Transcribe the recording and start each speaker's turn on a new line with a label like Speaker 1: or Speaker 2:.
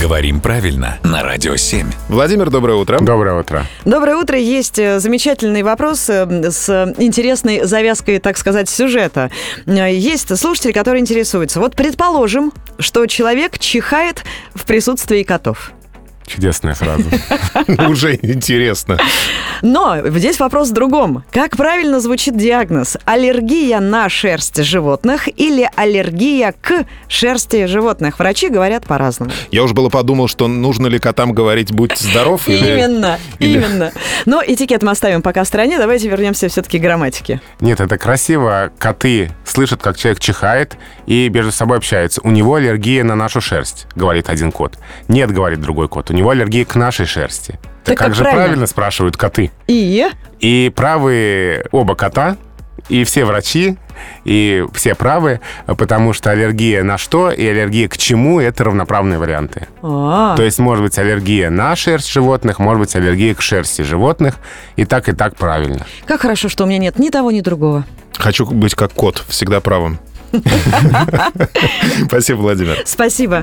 Speaker 1: Говорим правильно на Радио 7.
Speaker 2: Владимир, доброе утро.
Speaker 3: Доброе утро.
Speaker 4: Доброе утро. Есть э, замечательный вопрос э, с э, интересной завязкой, так сказать, сюжета. Э, Есть слушатели, которые интересуются. Вот предположим, что человек чихает в присутствии котов.
Speaker 3: Чудесная фраза.
Speaker 2: Уже интересно.
Speaker 4: Но здесь вопрос в другом. Как правильно звучит диагноз? Аллергия на шерсть животных или аллергия к шерсти животных? Врачи говорят по-разному.
Speaker 2: Я уж было подумал, что нужно ли котам говорить «будь здоров» или...
Speaker 4: Именно,
Speaker 2: или-
Speaker 4: именно. Но этикет мы оставим пока в стороне. Давайте вернемся все-таки к грамматике.
Speaker 3: Нет, это красиво. Коты слышат, как человек чихает и между собой общаются. У него аллергия на нашу шерсть, говорит один кот. Нет, говорит другой кот, у него аллергия к нашей шерсти.
Speaker 4: Так
Speaker 3: как
Speaker 4: как
Speaker 3: же
Speaker 4: правильно?
Speaker 3: правильно спрашивают коты?
Speaker 4: И
Speaker 3: И правы оба кота, и все врачи, и все правы, потому что аллергия на что и аллергия к чему — это равноправные варианты.
Speaker 4: А,
Speaker 3: То есть может быть аллергия на шерсть животных, может быть аллергия к шерсти животных, и так, и так правильно.
Speaker 4: как хорошо, что у меня нет ни того, ни другого.
Speaker 2: Хочу быть как кот, всегда правым. Спасибо, Владимир.
Speaker 4: Спасибо.